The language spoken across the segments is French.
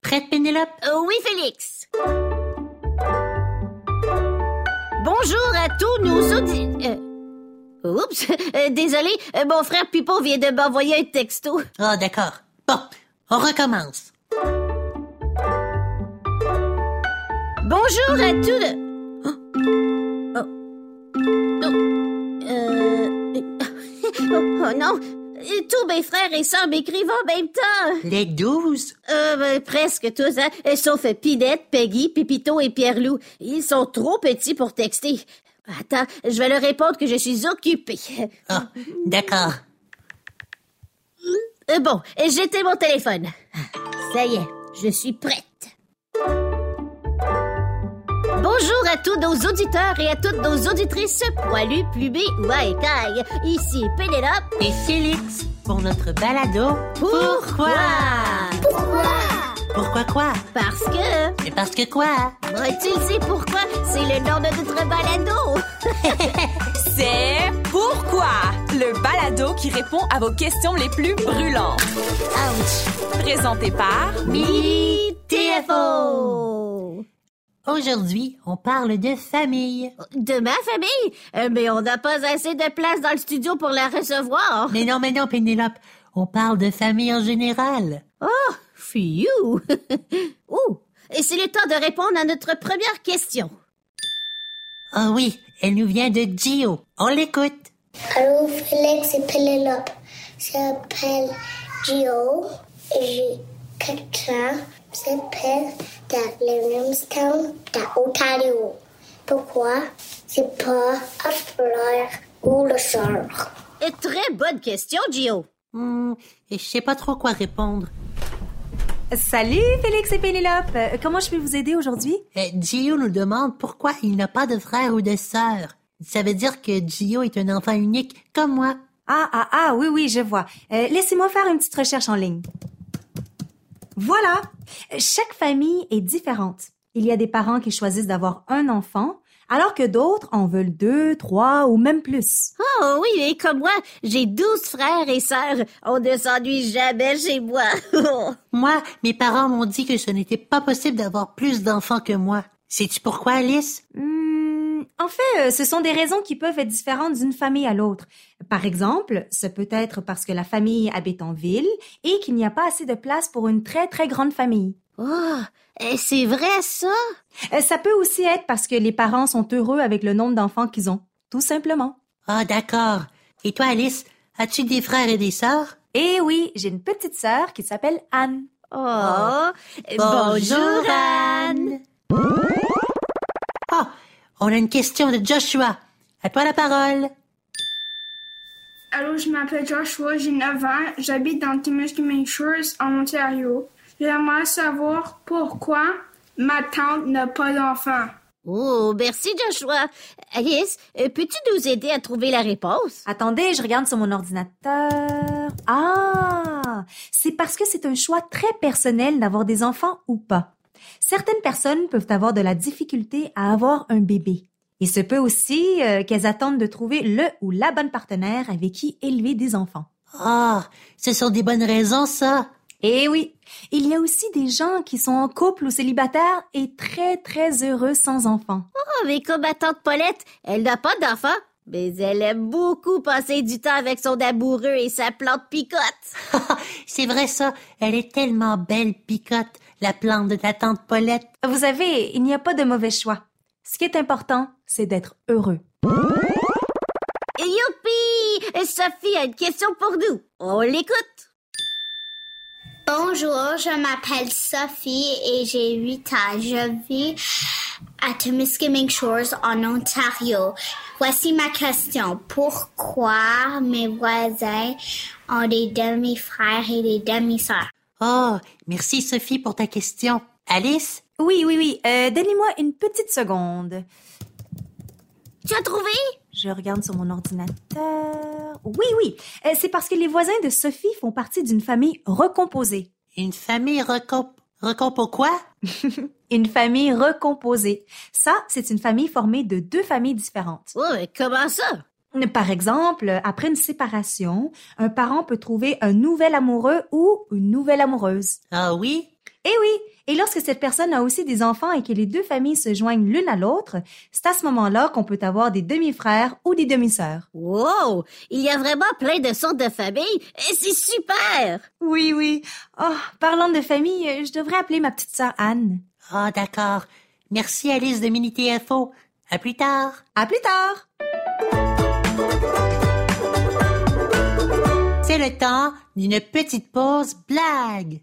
Prête, Pénélope Euh, oui, Félix. Bonjour à tous nos audi... euh, Oups, euh, désolé, euh, mon frère Pipo vient de m'envoyer un texto. Ah, d'accord. Bon, on recommence. Bonjour à tous le- Oh. Oh. Oh. Euh... oh, oh non, Et tous mes frères et sœurs m'écrivent en même temps. Les douze? Euh, ben, presque tous, hein, euh, sauf euh, Pinette, Peggy, Pipito et Pierre-Loup. Ils sont trop petits pour texter. Attends, je vais leur répondre que je suis occupée. Ah, d'accord. Euh, bon, j'étais mon téléphone. Ah, Ça y est, je suis prête. Bonjour à tous nos auditeurs et à toutes nos auditrices poilues, plumées ou à écailles. Ici Pénélope. Et Félix, pour notre balado. Pourquoi quoi? Parce que... C'est parce que quoi? Moi, tu le sais pourquoi? C'est le nom de notre balado. C'est Pourquoi Le balado qui répond à vos questions les plus brûlantes. Ouch! Présenté par Mini TFO. Aujourd'hui, on parle de famille. De ma famille? Euh, mais on n'a pas assez de place dans le studio pour la recevoir. Mais non, mais non, Pénélope. On parle de famille en général. Oh, fiu! oh, et c'est le temps de répondre à notre première question. Ah oui, elle nous vient de Gio. On l'écoute. Allô, Félix et Pénélope. Je m'appelle Gio. J'ai 4 ans. Je m'appelle dans Williamstown, dans Ontario. Pourquoi? C'est pas un fleur ou le genre. Et Euh, très bonne question, Gio. Hmm, je sais pas trop quoi répondre. Salut Félix et Pénélope, Euh, comment je peux vous aider aujourd'hui Euh, Gio nous demande pourquoi il n'a pas de frère ou de sœur. Ça veut dire que Gio est un enfant unique, comme moi. Ah ah ah, oui oui, je vois. Euh, Laissez-moi faire une petite recherche en ligne. Voilà, Euh, chaque famille est différente. Il y a des parents qui choisissent d'avoir un enfant, alors que d'autres en veulent deux, trois ou même plus. Oh oui, et comme moi, j'ai 12 frères et sœurs. On ne s'ennuie jamais chez moi. Moi, mes parents m'ont dit que ce n'était pas possible d'avoir plus d'enfants que moi. Sais-tu pourquoi, Alice? Hmm, en fait, euh, ce sont des raisons qui peuvent être différentes d'une famille à l'autre. Par exemple, ce peut être parce que la famille habite en ville et qu'il n'y a pas assez de place pour une très très grande famille. oh, eh, c'est vrai ça? Euh, Ça peut aussi être parce que les parents sont heureux avec le nombre d'enfants qu'ils ont, tout simplement. Ah, d'accord. Et toi, Alice, as-tu des frères et des sœurs? Et oui, j'ai une petite sœur qui s'appelle Anne. Oh, bonjour Anne. Ah, on a une question de Joshua. À toi la parole. Allô, je m'appelle Joshua, j'ai 9 ans, j'habite dans Timiskaming Shores, en Ontario. J'aimerais savoir pourquoi ma tante n'a pas d'enfant. Oh, merci Joshua. Alice, euh, peux-tu nous aider à trouver la réponse? Attendez, je regarde sur mon ordinateur. Ah, c'est parce que c'est un choix très personnel d'avoir des enfants ou pas. Certaines personnes peuvent avoir de la difficulté à avoir un bébé. Il se peut aussi euh, qu'elles attendent de trouver le ou la bonne partenaire avec qui élever des enfants. Ah, ce sont des bonnes raisons, ça. Eh oui, il y a aussi des gens qui sont en couple ou célibataires et très très heureux sans enfants. Oh, mais comme ma tante Paulette, elle n'a pas d'enfant, mais elle aime beaucoup passer du temps avec son amoureux et sa plante picote. C'est vrai, ça. Elle est tellement belle, Picotte, la plante de ta tante Paulette. Vous savez, il n'y a pas de mauvais choix. Ce qui est important, c'est d'être heureux. Et Youpi! Sophie a une question pour nous. On l'écoute. Bonjour, je m'appelle Sophie et j'ai 8 ans. Je vis à Temiskaming Shores en Ontario. Voici ma question. Pourquoi mes voisins ont des demi-frères et des demi-sœurs? Oh, merci, Sophie, pour ta question. Alice? Oui, oui, oui, euh, donnez-moi une petite seconde. Tu as trouvé? Je regarde sur mon ordinateur. Oui, oui, euh, c'est parce que les voisins de Sophie font partie d'une famille recomposée. Une famille recomp... Recompo quoi? Une famille recomposée. Ça, c'est une famille formée de deux familles différentes. Oh, mais comment ça? Par exemple, après une séparation, un parent peut trouver un nouvel amoureux ou une nouvelle amoureuse. Ah oui? Eh oui, et lorsque cette personne a aussi des enfants et que les deux familles se joignent l'une à l'autre, c'est à ce moment-là qu'on peut avoir des demi-frères ou des demi-sœurs. Wow! Il y a vraiment plein de sortes de familles et c'est super! Oui, oui. Oh, parlant de famille, euh, je devrais appeler ma petite sœur Anne. Ah, d'accord. Merci Alice de MiniTFO. À plus tard. À plus tard! C'est le temps d'une petite pause blague.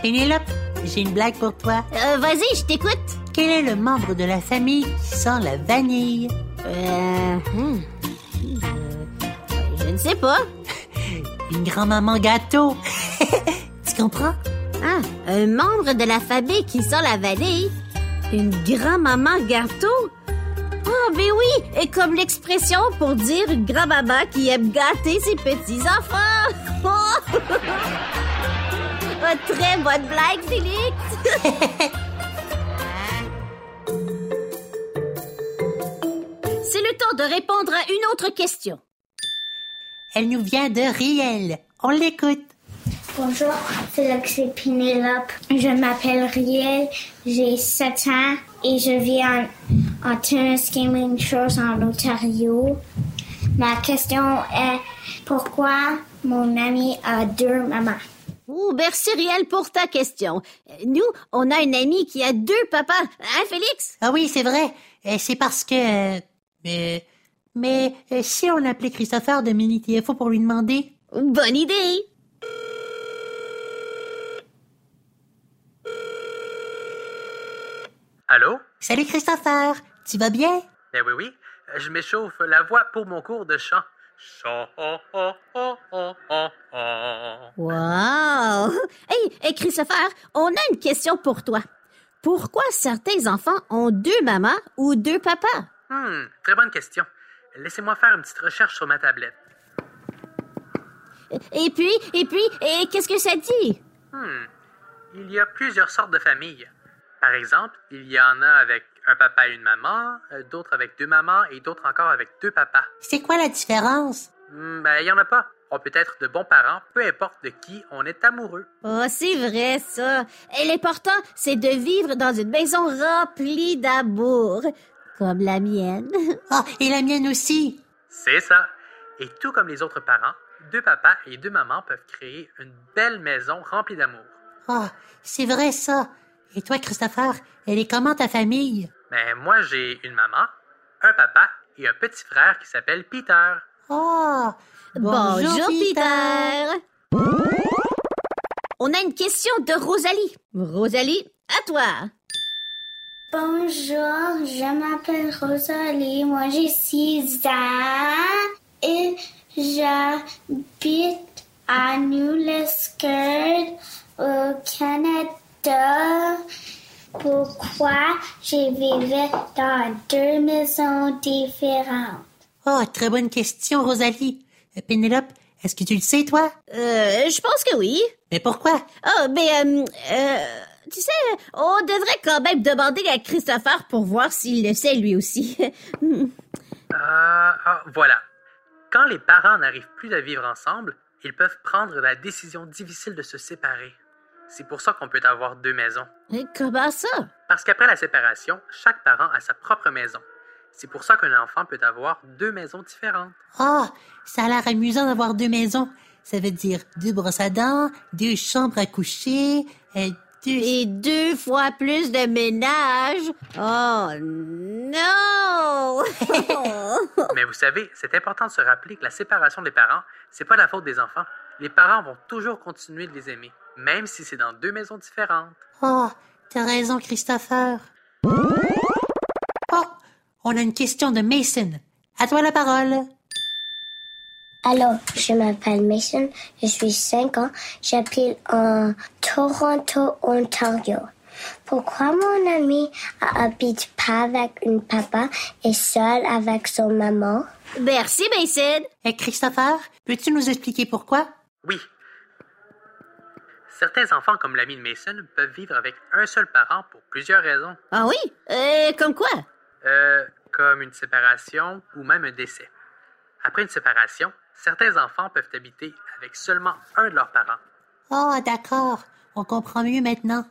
Pénélope, j'ai une blague pour toi. Euh, Vas-y, je t'écoute. Quel est le membre de la famille qui sent la vanille? Euh, hmm. Euh, je ne sais pas. Une grand-maman gâteau. tu comprends? Ah, un membre de la famille qui sent la vanille. Une grand-maman gâteau. Ah, ben oui, et comme l'expression pour dire une grand-maman qui aime gâter ses petits-enfants. Oh! Ah, très bonne blague, Félix. C'est le temps de répondre à une autre question. Elle nous vient de Riel. On l'écoute. Bonjour, c'est Loxy Pénélope. Je m'appelle Riel, j'ai 7 ans et je vis en, en Tennis Gaming Shores en Ontario. Ma question est pourquoi mon ami a deux mamans? Oh, merci Riel pour ta question. Euh, Nous, on a une amie qui a deux papas. Hein, Félix? Ah oui, c'est vrai. Euh, C'est parce que... euh, euh, mais euh, si on appelait Christopher de MiniTFO pour lui demander... Bonne idée. Allô? Salut Christopher, tu vas bien? Eh oui, oui. Je m'échauffe la voix pour mon cours de chant. Chant, oh, oh, oh, oh, oh, oh. Wow! Hey, hey, Christopher, on a une question pour toi. Pourquoi certains enfants ont deux mamans ou deux papas? Hmm, très bonne question. Laissez-moi faire une petite recherche sur ma tablette. Et puis, et puis, et qu'est-ce que ça dit? Hmm. Il y a plusieurs sortes de familles. Par exemple, il y en a avec un papa et une maman, euh, d'autres avec deux mamans et d'autres encore avec deux papas. C'est quoi la différence? Hmm, ben, il y en a pas. On peut être de bons parents, peu importe de qui on est amoureux. Oh, c'est vrai, ça. Et l'important, c'est de vivre dans une maison remplie d'amour. Comme la mienne. Ah, et la mienne aussi. C'est ça. Et tout comme les autres parents, deux papas et deux mamans peuvent créer une belle maison remplie d'amour. Ah, c'est vrai ça. Et toi Christopher, elle est comment ta famille? Mais moi, j'ai une maman, un papa et un petit frère qui s'appelle Peter. Ah, Peter. On a une question de Rosalie. Rosalie, à toi. Bonjour, Oh, je m'appelle Rosalie, moi j'ai 6 ans et j'habite à Newlescott au Canada. Pourquoi je vivais dans deux maisons différentes? Ah, très bonne question Rosalie. Euh, Pénélope, est-ce que tu le sais toi? Euh, je pense que oui. Mais pourquoi? Oh, mais, euh, euh, tu sais, on devrait quand même demander à Christopher pour voir s'il le sait lui aussi. Hmm. Ah, ah, voilà. Quand les parents n'arrivent plus à vivre ensemble, ils peuvent prendre la décision difficile de se séparer. C'est pour ça qu'on peut avoir deux maisons. Et Comment ça? Parce qu'après la séparation, chaque parent a sa propre maison. C'est pour ça qu'un enfant peut avoir deux maisons différentes. Ah, ça a l'air amusant d'avoir deux maisons. Ça veut dire deux brosses à dents, deux chambres à coucher, euh, deux... Et deux fois plus de ménage. Oh non! Mais vous savez, c'est important de se rappeler que la séparation des parents, c'est pas la faute des enfants. Les parents vont toujours continuer de les aimer, même si c'est dans deux maisons différentes. Ah, t'as raison, Christopher. Oh, on a une question de Mason. À toi la parole. Alors, je m'appelle Mason, je suis 5 ans, j'habite en Toronto, Ontario. Pourquoi mon ami habite pas avec une papa et seul avec son maman? Merci, Mason. Eh, Christopher, peux-tu nous expliquer pourquoi? Oui. Certains enfants, comme l'ami de Mason, peuvent vivre avec un seul parent pour plusieurs raisons, Ah oui? Euh, comme quoi? Euh, comme une séparation ou même un décès. Après une séparation, certains enfants peuvent habiter avec seulement un de leurs parents. Ah, Oh, d'accord. On comprend mieux maintenant.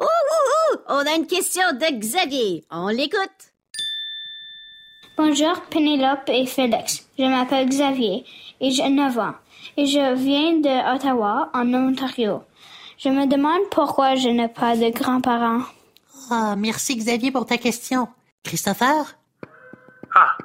Ouh, on a une question de Xavier. On l'écoute. Bonjour Pénélope et Félix. Je m'appelle Xavier et j'ai 9 ans et je viens de Ottawa en Ontario. Je me demande pourquoi je n'ai pas de grands-parents. Ah, merci Xavier pour ta question. Christopher? Ah,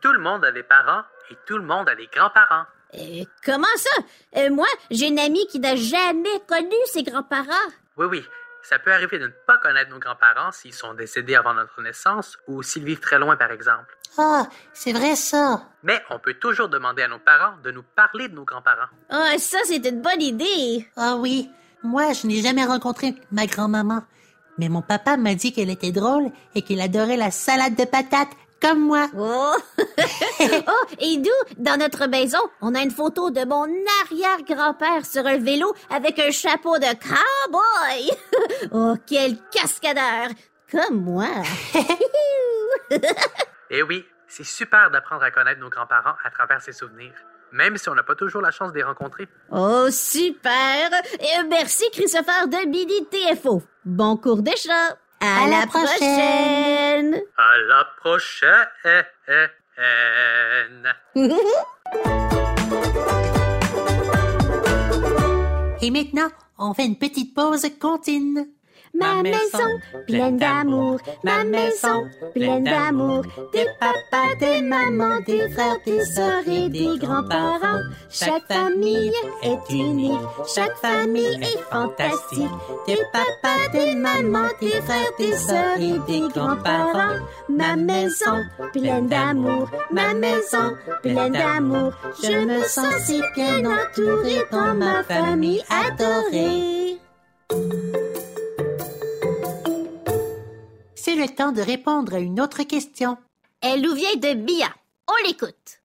tout le monde a des parents et tout le monde a des grands-parents. Euh, comment ça? Euh, moi, j'ai une amie qui n'a jamais connu ses grands-parents. Oui, oui, ça peut arriver de ne pas connaître nos grands-parents s'ils sont décédés avant notre naissance ou s'ils vivent très loin, par exemple. Ah, c'est vrai ça. Mais on peut toujours demander à nos parents de nous parler de nos grands-parents. Ah, ça, c'est une bonne idée. Ah oui, moi je n'ai jamais rencontré ma grand-maman. Mais mon papa m'a dit qu'elle était drôle et qu'il adorait la salade de patates, comme moi. Oh! oh, et nous, dans notre maison, on a une photo de mon arrière-grand-père sur un vélo avec un chapeau de cowboy. oh, quel cascadeur! Comme moi. Et Eh oui, c'est super d'apprendre à connaître nos grands-parents à travers ces souvenirs, même si on n'a pas toujours la chance de les rencontrer. oh, super! Et euh, merci, Christopher de Mini TFO. Bon cours de chant. À, À la la prochaine. À la prochaine! Et maintenant, on fait une petite pause comptine. Ma maison pleine d'amour, ma maison pleine d'amour, des papas, des mamans, des frères, des sœurs et des grands-parents. Chaque famille est unique, chaque famille est fantastique. Des papas, des mamans, des frères, des sœurs et des grands-parents. Ma maison pleine d'amour, ma maison pleine d'amour. Je me sens si bien entourée dans ma famille adorée. C'est le temps de répondre à une autre question. Elle nous vient de Bia. On l'écoute.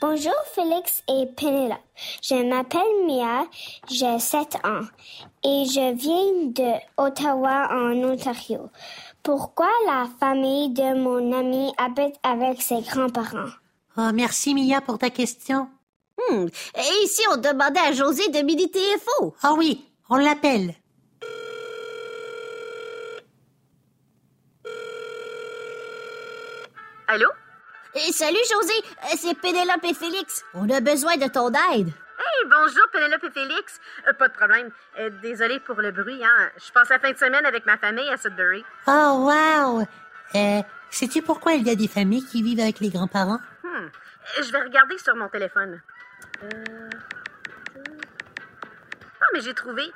Bonjour Félix et Pénélope. Je m'appelle Mia, j'ai 7 ans et je viens de Ottawa en Ontario. Pourquoi la famille de mon ami habite avec ses grands-parents? Oh, merci Mia pour ta question. Hmm. Et ici, on demandait à José de midi TFO. Ah oui, on l'appelle. Allô? salut, José. Euh, C'est Pénélope et Félix. On a besoin de ton aide. Hey, bonjour Pénélope et Félix. Euh, pas de problème. Euh, désolée pour le bruit, hein. Je passe la fin de semaine avec ma famille à Sudbury. Oh wow! Euh, sais-tu pourquoi il y a des familles qui vivent avec les grands-parents? Hmm. Euh, Je vais regarder sur mon téléphone. Euh, Ah, mais j'ai trouvé.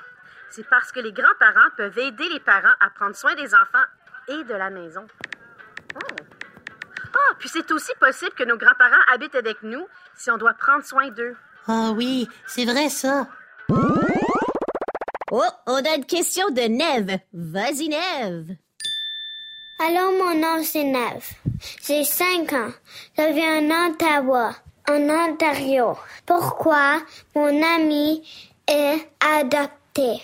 C'est parce que les grands-parents peuvent aider les parents à prendre soin des enfants et de la maison. Oh. Ah, puis c'est aussi possible que nos grands-parents habitent avec nous si on doit prendre soin d'eux. Ah oui, c'est vrai ça. Oh, on a une question de Neve. Vas-y, Neve. Alors, mon nom c'est Neve. J'ai 5 ans. Je viens en Ottawa, en Ontario. Pourquoi mon ami est adopté?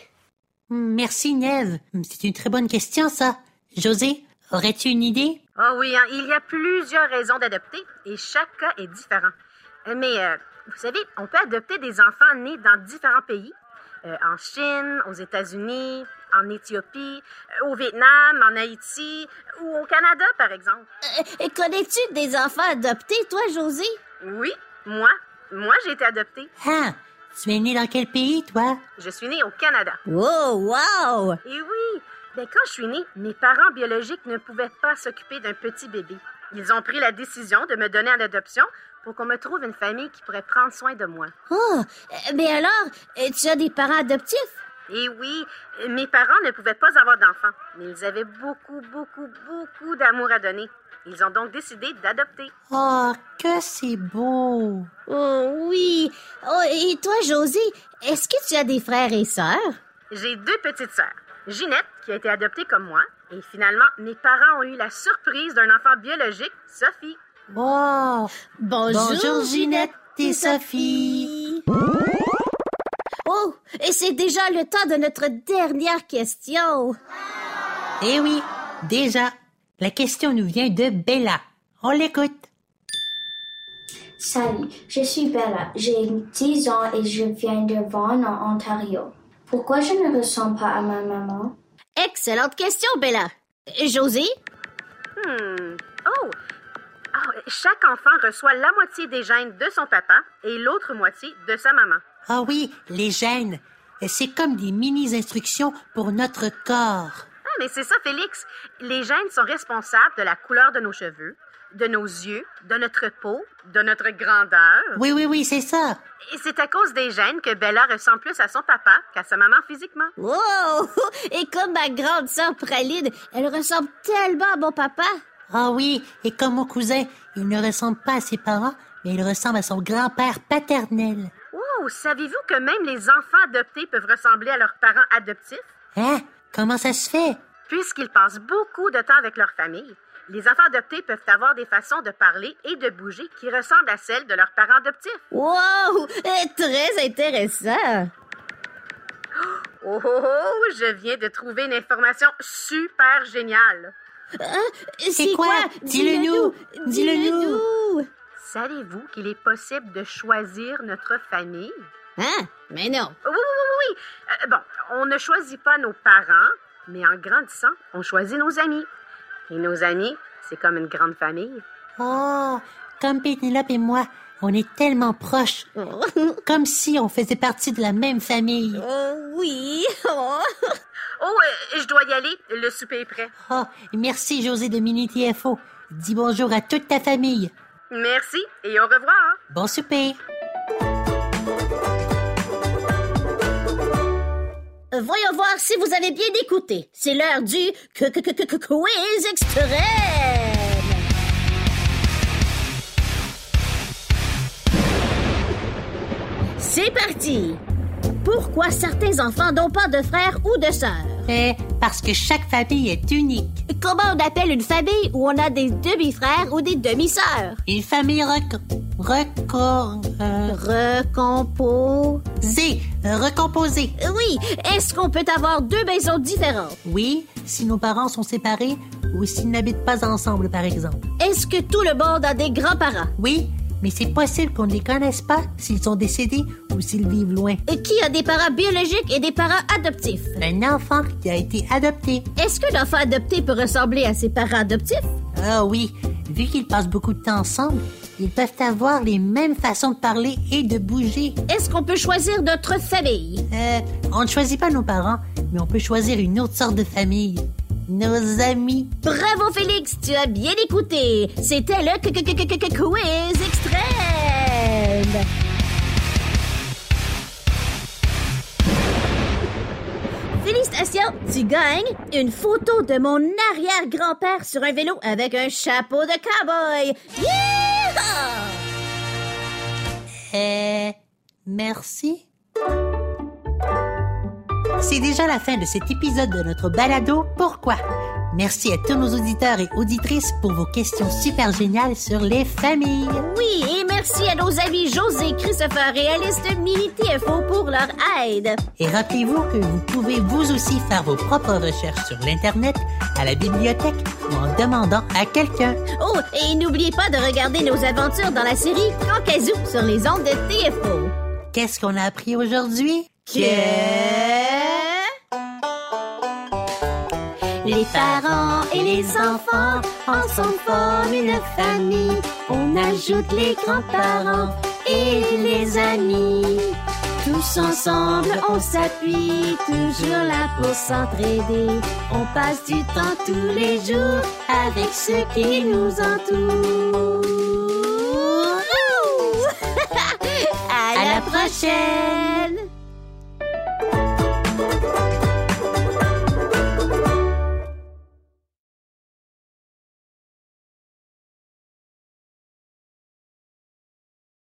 Hmm, Merci Neve. Hmm, C'est une très bonne question ça. José, aurais-tu une idée? Ah oui, hein, il y a plusieurs raisons d'adopter et chaque cas est différent. Euh, Mais euh, vous savez, on peut adopter des enfants nés dans différents pays, euh, en Chine, aux États-Unis, en Éthiopie, euh, au Vietnam, en Haïti ou au Canada, par exemple. Euh, Connais-tu des enfants adoptés, toi, José? Oui, moi, moi j'ai été adoptée. Ah, tu es né dans quel pays toi? Je suis née au Canada. Oh, wow! Et oui, ben quand je suis née, mes parents biologiques ne pouvaient pas s'occuper d'un petit bébé. Ils ont pris la décision de me donner en adoption pour qu'on me trouve une famille qui pourrait prendre soin de moi. Oh, euh, mais alors, euh, tu as des parents adoptifs? Et Eh oui, mes parents ne pouvaient pas avoir d'enfants, mais ils avaient beaucoup, beaucoup, beaucoup d'amour à donner. Ils ont donc décidé d'adopter. Oh, que c'est beau! Oh, oui. Oh, et toi, José, est-ce que tu as des frères et sœurs? J'ai deux petites sœurs, Ginette, qui a été adoptée comme moi, et finalement, mes parents ont eu la surprise d'un enfant biologique, Sophie. Wow! Bonjour, Bonjour, Ginette et Sophie. Oh, et c'est déjà le temps de notre dernière question. Eh oui, déjà. La question nous vient de Bella. On l'écoute. Salut, je suis Bella, j'ai 10 ans et je viens de Vaughan, en Ontario. Pourquoi je ne ressemble pas à ma maman? Excellente question, Bella. Euh, Josie? Hmm. Oh! Oh, Chaque enfant reçoit la moitié des gènes de son papa et l'autre moitié de sa maman. Ah oui, les gènes. C'est comme des mini-instructions pour notre corps. Ah, mais c'est ça, Félix. Les gènes sont responsables de la couleur de nos cheveux, de nos yeux, de notre peau, de notre grandeur. Oui, oui, oui, c'est ça. Et c'est à cause des gènes que Bella ressemble plus à son papa qu'à sa maman physiquement. Wow! Et comme ma grande sœur Praline, elle ressemble tellement à mon papa. Ah oui, et comme mon cousin, il ne ressemble pas à ses parents, mais il ressemble à son grand-père paternel. Oh, savez-vous que même les enfants adoptés peuvent ressembler à leurs parents adoptifs? Hein? Comment ça se fait? Puisqu'ils passent beaucoup de temps avec leur famille, les enfants adoptés peuvent avoir des façons de parler et de bouger qui ressemblent à celles de leurs parents adoptifs. Wow! Eh, Très intéressant. Oh, oh, oh, je viens de trouver une information super géniale. C'est quoi? Dis-le-nous. Dis-le-nous. Dis-le-nous. Savez-vous qu'il est possible de choisir notre famille? Oh, Hein? Mais non. Oui, oui, oui, oui, oui. Euh, bon, on ne choisit pas nos parents, mais en grandissant, on choisit nos amis. Et nos amis, c'est comme une grande famille. Oh, comme Pénélope et moi, on est tellement proches. comme si on faisait partie de la même famille. Oh oui. Oh. Oh, euh, je dois y aller, le souper est prêt. Oh, merci José de Mini TFO. Dis bonjour à toute ta famille. Merci et au revoir. Bon souper. Euh, Voyons voir si vous avez bien écouté. C'est l'heure du que- que- que- que- que- quiz extrême. C'est parti. Pourquoi certains enfants n'ont pas de frères ou de sœurs? Eh, parce que chaque famille est unique. Comment on appelle une famille où on a des demi-frères ou des demi-sœurs? Une famille rec... reco- euh, Recompo. Euh, zé, recomposée. Oui, est-ce qu'on peut avoir deux maisons différentes? Oui, si nos parents sont séparés ou s'ils n'habitent pas ensemble, par exemple. Est-ce que tout le monde a des grands-parents? Oui, mais c'est possible qu'on ne les connaisse pas s'ils sont décédés ou s'ils vivent loin. Et Qui a des parents biologiques et des parents adoptifs? Un enfant qui a été adopté. Est-ce qu'un enfant adopté peut ressembler à ses parents adoptifs? Ah oui, vu qu'ils passent beaucoup de temps ensemble, ils peuvent avoir les mêmes façons de parler et de bouger. Est-ce qu'on peut choisir notre famille? Euh, on ne choisit pas nos parents, mais on peut choisir une autre sorte de famille. Nos amis. Bravo Félix, tu as bien écouté. C'était le que- que- que- que- que- quiz extrême. Félicitations, tu gagnes une photo de mon arrière-grand-père sur un vélo avec un chapeau de cowboy. Yeehaw! Euh, merci. C'est déjà la fin de cet épisode de notre balado Pourquoi? Merci à tous nos auditeurs et auditrices pour vos questions super géniales sur les familles. Oui, et merci à nos amis José, Christopher et Alice de Mini TFO pour leur aide. Et rappelez-vous que vous pouvez vous aussi faire vos propres recherches sur l'Internet, à la bibliothèque ou en demandant à quelqu'un. Oh, et n'oubliez pas de regarder nos aventures dans la série Cancazou sur les ondes de TFO. Qu'est-ce qu'on a appris aujourd'hui? Les parents et les enfants ensemble forment une famille. On ajoute les grands-parents et les amis. Tous ensemble, on s'appuie, toujours là pour s'entraider. On passe du temps tous les jours avec ceux qui nous entourent. À, la prochaine!